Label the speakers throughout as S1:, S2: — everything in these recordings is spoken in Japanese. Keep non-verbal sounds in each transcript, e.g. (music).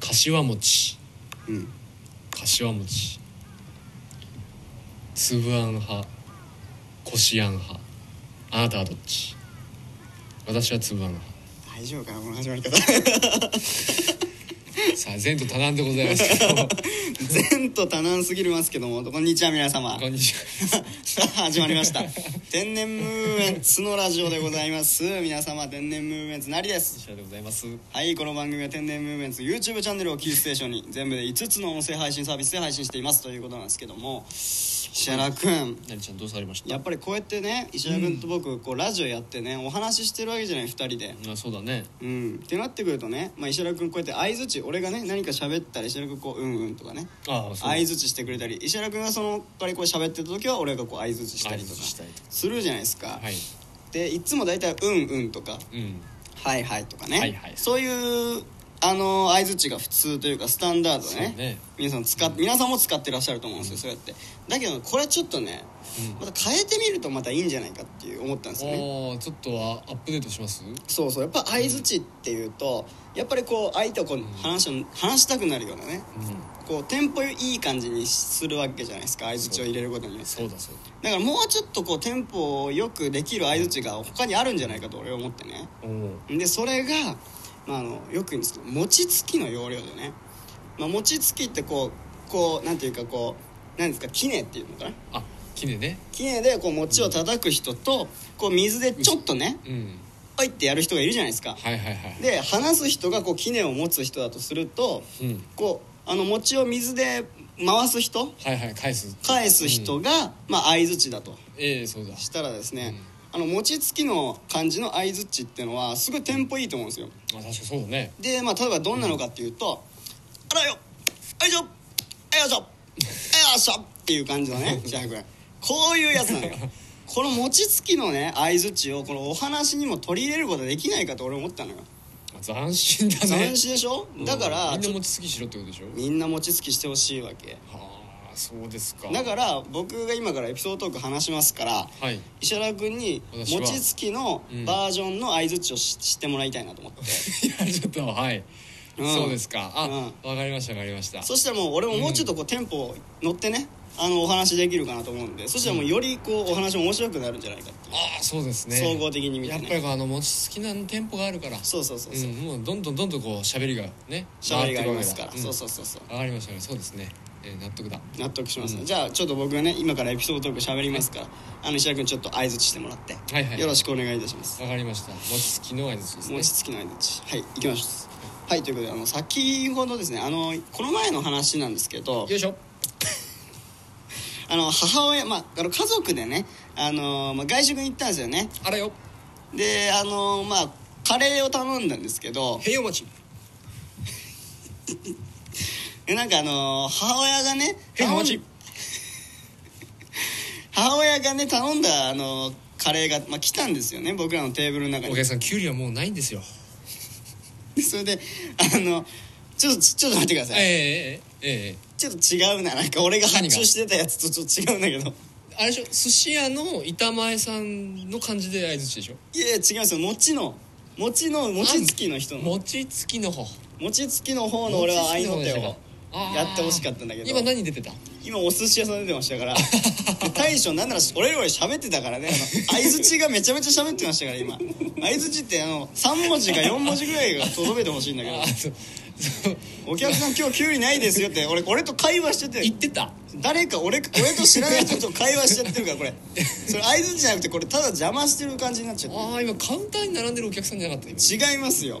S1: 柏餅
S2: うん
S1: 柏餅つぶあん派こしあん派あなたはどっち私はつぶあん派
S2: 大丈夫かなこの始まり方 (laughs)
S1: さあ前途多難でございますけども
S2: 前途多難すぎるますけどもこんにちは皆様
S1: こんにちは
S2: (laughs) さあ始まりました天然ムーブメンツのラジオでございます皆様天然ムーブメンツなりです
S1: こちらでございます
S2: はいこの番組は天然ムーブメンツ YouTube チャンネルをキーステーションに全部で5つの音声配信サービスで配信していますということなんですけども石原君
S1: なりちゃんどうされました
S2: やっぱりこうやってね石原君と僕こうラジオやってねお話ししてるわけじゃない2人で
S1: あそうだね
S2: うんってなってくるとね、まあ、石原君こうやって相づち俺がね何か喋ったら石原君こう「うんうん」とかね
S1: ああそう
S2: 相づちしてくれたり石原君がその代わりこう喋ってた時は俺がこう相づちしたりと
S1: 相
S2: か
S1: 槌したりとか
S2: するじゃないですか、
S1: はい
S2: でいつも大体「うんうん」とか
S1: うん
S2: 「はいはい」とかね、
S1: はいはい
S2: そういうあの相づちが普通というかスタンダード
S1: そう
S2: でね
S1: ね
S2: 皆さん使っ皆さんも使ってらっしゃると思うんですよ、そうやってだけどこれちょっとねまた変えてみるとまたいいんじゃないかっていう思ったんですよね
S1: ああちょっとはアップデートします
S2: そうそうやっぱ相づちっていうとやっぱりこう相手をこう話を話したくなるようなね
S1: うん
S2: こうテンポいい感じにするわけじゃないですか相づちを入れることによって
S1: そうだそう
S2: だからもうちょっとこうテンポをよくできる相づちが他にあるんじゃないかと俺は思ってね
S1: だおお
S2: でそれが、まあ、あのよく言うんですけど餅つきの要領でね、まあ、餅つきってこうこうなんていうかこうなんですかきねっていうのかな
S1: あきねね
S2: きねでこう餅を叩く人とこう水でちょっとね
S1: うん
S2: 「おい」ってやる人がいるじゃないですか
S1: はいはいはい
S2: で話す人がこうきねを持つ人だとすると
S1: うん
S2: こうあの餅を水で回す人
S1: はいはい返す
S2: 返す人が、まあ相づちだと
S1: ええそうだ
S2: したらですね、あの餅つきの感じの相づちっていうのはすごいテンポいいと思うんですよ
S1: あ確かにそうだね
S2: で、まあ、例えばどんなのかっていうと「あらよあいしょあいよしょあいよしょ」っていう感じ
S1: (laughs)
S2: のね千原君こういうやつなのよこの餅つきのね相づちをこのお話にも取り入れることできないかと俺
S1: (laughs)
S2: 思ったのよ
S1: 斬新だね
S2: 斬新でしょ
S1: うん
S2: だから
S1: み
S2: ち
S1: ん
S2: ょ
S1: な持ちすぎしろってことでしょ
S2: みんな餅つきしてほしいわけ
S1: はあそうですか
S2: だから僕が今からエピソードトーク話しますから
S1: はい (laughs)
S2: 石原君に
S1: 私は
S2: 餅つきのバージョンの相づちをししてもらいたいなと
S1: (laughs)
S2: 思って
S1: やちょっとはい、
S2: うん
S1: そうですかあ
S2: うん
S1: わ、かりましたわかりました
S2: そしたらもう俺ももうちょっとこうテンポ乗ってねあのお話できるかなと思うんでそしたらもうよりこうお話も面白くなるんじゃないかっていう
S1: ああそうですね
S2: 総合的に見て
S1: やっ
S2: ね
S1: ぱりあの餅つきなテンポがあるから
S2: そうそうそうそう
S1: うん、もうどんどんどんどんこう喋りがね
S2: 喋りが
S1: 回ってくわ
S2: あり
S1: けだ
S2: ますから
S1: うん
S2: そうそうそうそう
S1: わかりましたわかりましたそうですね、えー納得だ
S2: 納得します
S1: うん
S2: じゃあちょっと僕がね今からエピソードトーク喋りますからあの石原君ちょっと相づちしてもらって
S1: はいはい
S2: よろしくお願いいたします
S1: わかりました餅つきの合図ですね
S2: 餅つきの相づちはい行きましょうはいということであの先ほどですねあのこの前の話なんですけど
S1: よいしょ
S2: あの母親、まあ、あの家族でねあの、まあ、外食に行ったんですよね
S1: あらよ
S2: であのまあカレーを頼んだんですけど
S1: 平洋餅
S2: えなんかあの母親がね
S1: 平洋
S2: 頼ん
S1: 餅
S2: 母親がね頼んだあのカレーが、まあ、来たんですよね僕らのテーブルの中
S1: お
S2: に
S1: 客さんキュウリはもうないんですよ
S2: でそれであのちょっとちょっと待ってくださ
S1: え
S2: い、
S1: えええええ
S2: ちょっと違うななんか俺が発
S1: 何が
S2: 注してたやつとちょっと違うんだけど
S1: あれでしょ寿司屋の板前さんの感じで相づちでしょ
S2: いやいや違いますよ餅の餅の餅つきの人の
S1: 餅つきの方
S2: 餅つきの方の俺は合いの手をやってほしかったんだけど
S1: 今何出てた
S2: 今お寿司屋さん出てましたから大将なんなら俺より喋ってたからねあの相づちがめちゃめちゃ喋ってましたから今相づちってあの3文字か4文字ぐらいが届けてほしいんだけど
S1: あそうそう
S2: お客さん今日キュウリないですよって俺俺と会話して
S1: 言っててた
S2: 誰か俺か俺と知らない人と会話しちゃってるからこれそれ相づちじゃなくてこれただ邪魔してる感じになっちゃって
S1: ああ今カウンターに並んでるお客さんじゃなかった今
S2: 違いますよ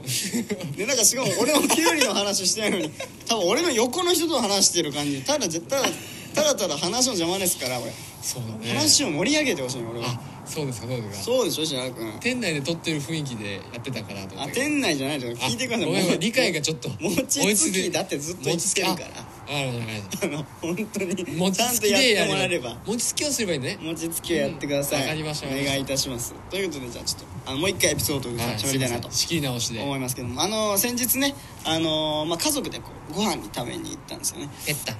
S2: でなんかしかも俺のキュウリの話してないのに多分俺の横の人と話してる感じただただただただ話の邪魔ですから俺
S1: そうだね
S2: 話を盛り上げてほしいの俺は
S1: あそうですかそうですか
S2: そうでしょ白く君
S1: 店内で撮ってる雰囲気でやってたかなと思
S2: あ
S1: って
S2: 店内じゃないですよ聞いてください
S1: ごめんごめ
S2: も
S1: ん
S2: う
S1: 理解がちょっと
S2: 餅つきだってずっと言ってるから
S1: ああわかりました
S2: あの本当に
S1: 餅
S2: ちゃん
S1: つ
S2: と
S1: き
S2: やっ
S1: でや
S2: てもらえれば
S1: 餅つきをすればいいね
S2: 餅つきをやってくださ
S1: う
S2: い、
S1: んわかりました
S2: お願いいたしますということでじゃあちょっとあのもう一回エピソードを
S1: はい
S2: 喋りたいな
S1: すま
S2: と
S1: せん仕切り直しで
S2: 思いますけどもあの先日ねあの、まあ、家族でこうご飯に食べに行ったんですよね
S1: ペッタ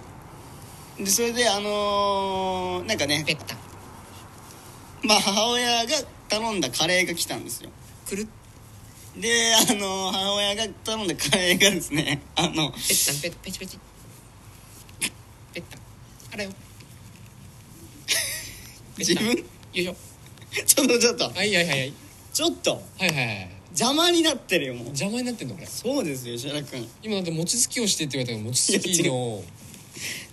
S2: でそれであのなんかね
S1: ペ、ッタ
S2: まあ、母親が頼んだカレーが来たんですよ
S1: くるっ
S2: であの母親が頼んだカレーがですねあの
S1: ペッタンペッペチペチペッタンあれよ
S2: 自分
S1: よいしょ
S2: (laughs) ちょっとちょっと
S1: はいはいはいはい
S2: ちょっと
S1: はいはいはい
S2: 邪魔になってるよもう
S1: 邪魔になってんのこれ
S2: そうですよ白良君い
S1: 今だって餅つきをしてって言われたから餅つきの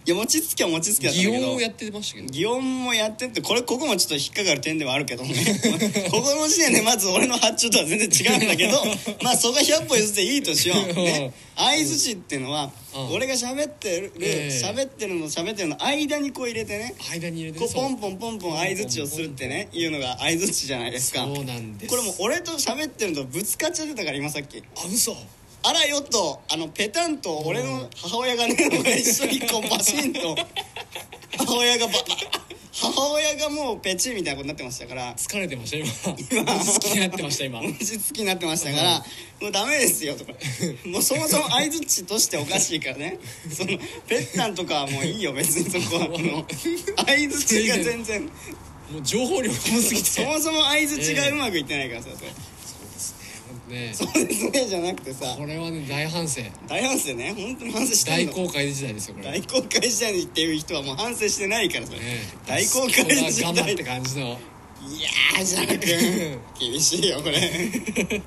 S2: や餅つきは餅つきだったん
S1: 擬
S2: だけど
S1: 音をやってましたけど
S2: 擬音もやってってこれここもちょっと引っかかる点ではあるけどね (laughs) ここの時点でまず俺の発注とは全然違うんだけど
S1: (laughs)
S2: まあそこは100歩譲っていいとしようね相づちっていうのは
S1: うん
S2: 俺が喋ってる
S1: ええ
S2: 喋ってるのと喋ってるの間にこう入れてね
S1: 間に入れて
S2: こうポン
S1: ン
S2: ポンポンポン相づちをするってねいうのが相づちじゃないですか
S1: そうなんです
S2: これもう俺と喋ってるのとぶつかっちゃってたから今さっき
S1: あ嘘
S2: あらよとあのペタンと俺の母親がね一緒にこうバシンと母親がババ母親がもうペチみたいなことになってましたから
S1: 疲れてました今餅つきになってました今
S2: (laughs) 文字付きになってましたからもうダメですよとかもうそもそも相づちとしておかしいからねそのペッタンとかはもういいよ別にそこはあの相づちが全然
S1: もう情報量多すぎて
S2: そもそも相づちがうまくいってないからさそれ (laughs)
S1: ね
S2: そうですねじゃなくてさ
S1: これはね大反省
S2: 大反省ね本当に反省したん
S1: 大
S2: だ
S1: 公開時代ですよこれ
S2: 大公開時代にっていう人はもう反省してないからそれ、
S1: ね
S2: 大公開時代
S1: 頑張って感じの
S2: いやーじゃなく厳しいよこれ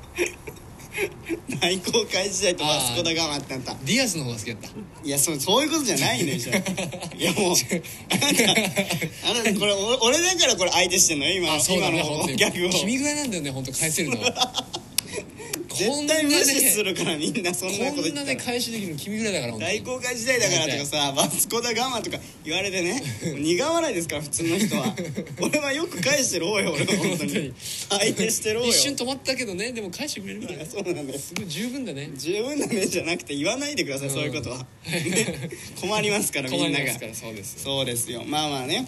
S2: 大公開時代とバスコダガマってなった
S1: ディアスの方が好きだった
S2: いやそうそういうことじゃないねじ
S1: (laughs)
S2: ゃあいやもうあなたあなたこれお俺だからこれ相手してんのよ今の
S1: あそうだね
S2: 今の
S1: 本当に
S2: ギャグを
S1: 君ぐらいなんだよね本当返せるのこん
S2: (laughs) 絶
S1: な
S2: 対無視す
S1: ね
S2: るからみんなそんなこと
S1: こ
S2: 言
S1: んな
S2: った
S1: ね
S2: ら
S1: 返しできるの君ぐらいだから本当に
S2: 大公開時代だからとかさバスコダガマとか言われて
S1: (laughs)
S2: ね苦笑いですから普通の人は俺はよく返してる方よ俺は本当
S1: 本当に
S2: に相手してる方よ
S1: 一瞬止まったけどねでも返してくれるか
S2: い
S1: ら
S2: や
S1: ね
S2: そうなんです
S1: すごい十分だね
S2: 十分な面じゃなくて言わないでください、
S1: うん
S2: そういうことは、
S1: (laughs)
S2: ね困りますからみ
S1: 困
S2: ん
S1: り
S2: (laughs) な
S1: ま
S2: が
S1: すからそうです
S2: そうですよまあまあね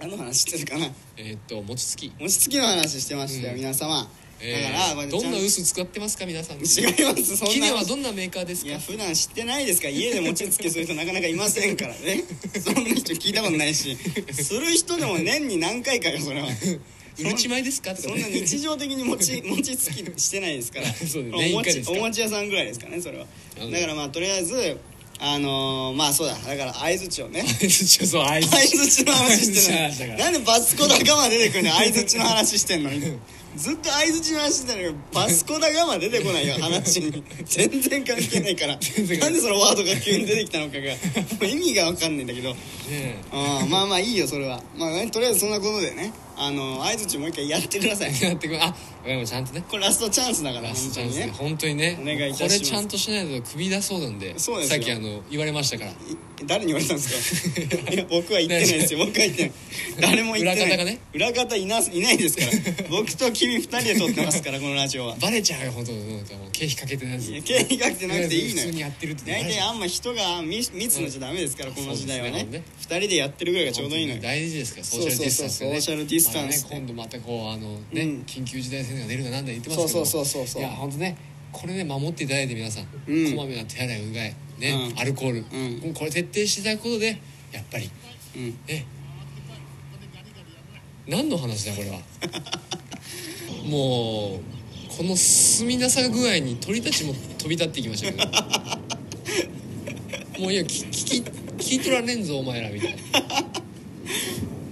S2: あの話してるかな
S1: えーっと餅つき
S2: 餅つきの話してましたよ、
S1: うん
S2: 皆様だ
S1: え
S2: から、これ
S1: ーどんな
S2: ち
S1: 嘘使ってますか皆さん
S2: ゃん違いますそんな
S1: キネはどんなメーカーです
S2: い
S1: か
S2: や普段知ってないですから家で餅つきする人なかなかいませんからね (laughs) そんな人聞いたことないしする人でも年に何回かよ
S1: (laughs)
S2: それは
S1: うるち米ですかとか
S2: そんな
S1: ね
S2: 日常的
S1: (laughs)
S2: に餅餅つきしてないですから
S1: そうね
S2: お
S1: 年一回
S2: 餅
S1: ですか
S2: お餅屋さんぐらいですからねそれは
S1: うん
S2: だからまあとりあえずあのーまあそうだだから相づちを
S1: (laughs)
S2: ね
S1: ちょそうあい
S2: 相づちの話して
S1: 相
S2: な
S1: 槌の話だ
S2: い
S1: か
S2: なんでバスコダガマ出てくるの相づちの話してんのにずっと相づちの話してんのにバスコダガマ出てこないよ話に全然関係ないから
S1: 然関係な
S2: ないんでそのワードが急に出てきたのかがもう意味が分かんないんだけど
S1: ね
S2: あーまあまあいいよそれはまあとりあえずそんなことでねあの相づちもう一回やってください
S1: えやってくるあでもちゃんとね
S2: これラストチャンスだから
S1: ラストチャ
S2: 本
S1: ン
S2: 当
S1: ス
S2: に
S1: で本当にね
S2: お願いいたします
S1: これちゃんとしないと首出そうなんで
S2: そうです
S1: さっ
S2: よ
S1: きあの言われましたから
S2: い誰に言われたんですか (laughs) いや僕は言ってないですよ僕は言ってない誰も言って
S1: 裏
S2: ない
S1: 方がね
S2: 裏方いないないで
S1: (laughs)
S2: すから僕と君二人で撮ってますからこのラジオは
S1: バレちゃうよ本当なんかもう経費かけてないです
S2: いや経費学ってなくていいの
S1: 普通に
S2: よ
S1: やってるって
S2: 大体あんま人が密密のじゃダメですからこの時代は
S1: そう
S2: ね
S1: ですね
S2: 二人でやってるぐらいがちょうどいいのよ
S1: 大事ですからソーシャルディスタンスがね
S2: そうそうそうソーシャルディスタンス
S1: まあね今度またこうあのね、
S2: うん
S1: 緊急事態宣言が出るかなんだ言ってますけど
S2: そうそうそうそうそう
S1: や本当ねこれね守っていただいて皆さん、
S2: うん
S1: こまめな手洗いうがいね、
S2: うん
S1: アルコール、
S2: ん
S1: もうこれ徹底していただくことでやっぱり
S2: うん
S1: え何の話だこれ (laughs) はもうこの住みなさ具合に鳥たちも飛び立っていきま (laughs) したけどもういやき聞き聞いとられんぞお前らみたいな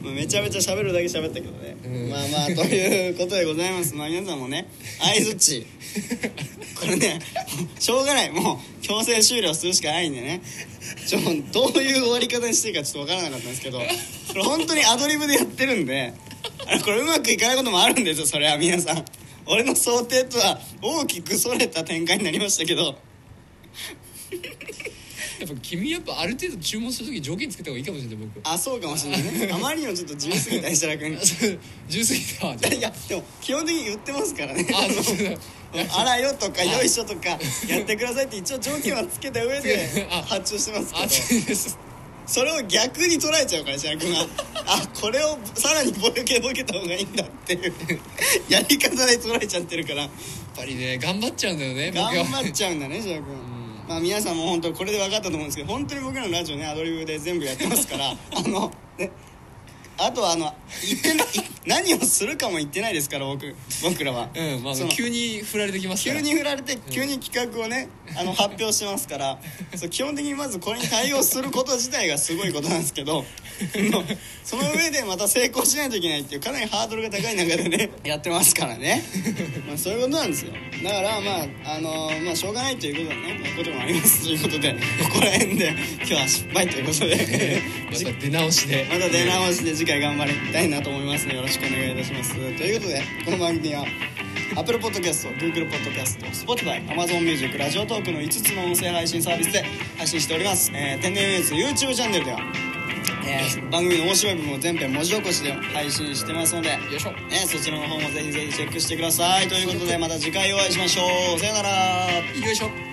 S2: まあめちゃめちゃ喋るだけ喋ったけどね、
S1: うん
S2: まあまあということでございますまあ皆さんもね相づちこれねしょうがないもう強制終了するしかないんでねちょどういう終わり方にしていいかちょっとわからなかったんですけどこれ本当にアドリブでやってるんであのこれうまくいかないこともあるんですよそれは皆さん俺の想定とは大きくそれた展開になりましたけど
S1: やっぱ君やっぱある程度注文するとき条件つけた方がいいかもしれない僕
S2: あそうかもしれないねあまりにもちょっと自由すぎた石原君に
S1: ジュースギターはちょっ
S2: いやでも基本的に言ってますからね
S1: とあそうそうそう (laughs)
S2: あらよとかよいしょとかやってくださいって一応条件はつけた上で
S1: あ
S2: 発注してますけ
S1: あ
S2: ど
S1: そうです
S2: それを逆に捉えちゃ
S1: (laughs)
S2: うから白君はあこれをさらにボケボケた方がいいんだって
S1: (laughs)
S2: いうやり方で捉えちゃってるから
S1: やっぱりね頑張っちゃうんだよね僕は
S2: 頑張っちゃうんだね白君まあ皆さんも本当
S1: (laughs)
S2: これで分かったと思うんですけど本当に僕らのラジオねアドリブで全部やってますからあのねあとはあの言ってない何をするかも言ってないですから僕僕らは、
S1: うんまあ
S2: その
S1: 急に振られてきますか
S2: 急
S1: ら
S2: に振られて急に企画をね、あの発表しますから
S1: (laughs)
S2: そう基本的にまずこれに対応すること自体がすごいことなんですけどその上でまた成功しないといけないっていうかなりハードルが高い中でねやってますからねまあそういうことなんですよだからまああのまあしょうがないということでねこういうこともありますということでここら辺で今日は失敗ということ
S1: (laughs)
S2: で
S1: また出直しで
S2: また出直して次回頑張りたいなと思いますのでよろしくお願いいたしますということでこの番組は Apple Podcast、Google Podcast、Spotify、Amazon Music、ラジオトークの5つの音声配信サービスで配信しております、えー、天然ウェイズ YouTube チャンネルでは、えー番組の面白い部分を全編文字起こしで配信してますので、ね、
S1: よいしょ
S2: そちらの方もぜひぜひチェックしてくださいということでまた次回お会いしましょうさよなら
S1: よいしょ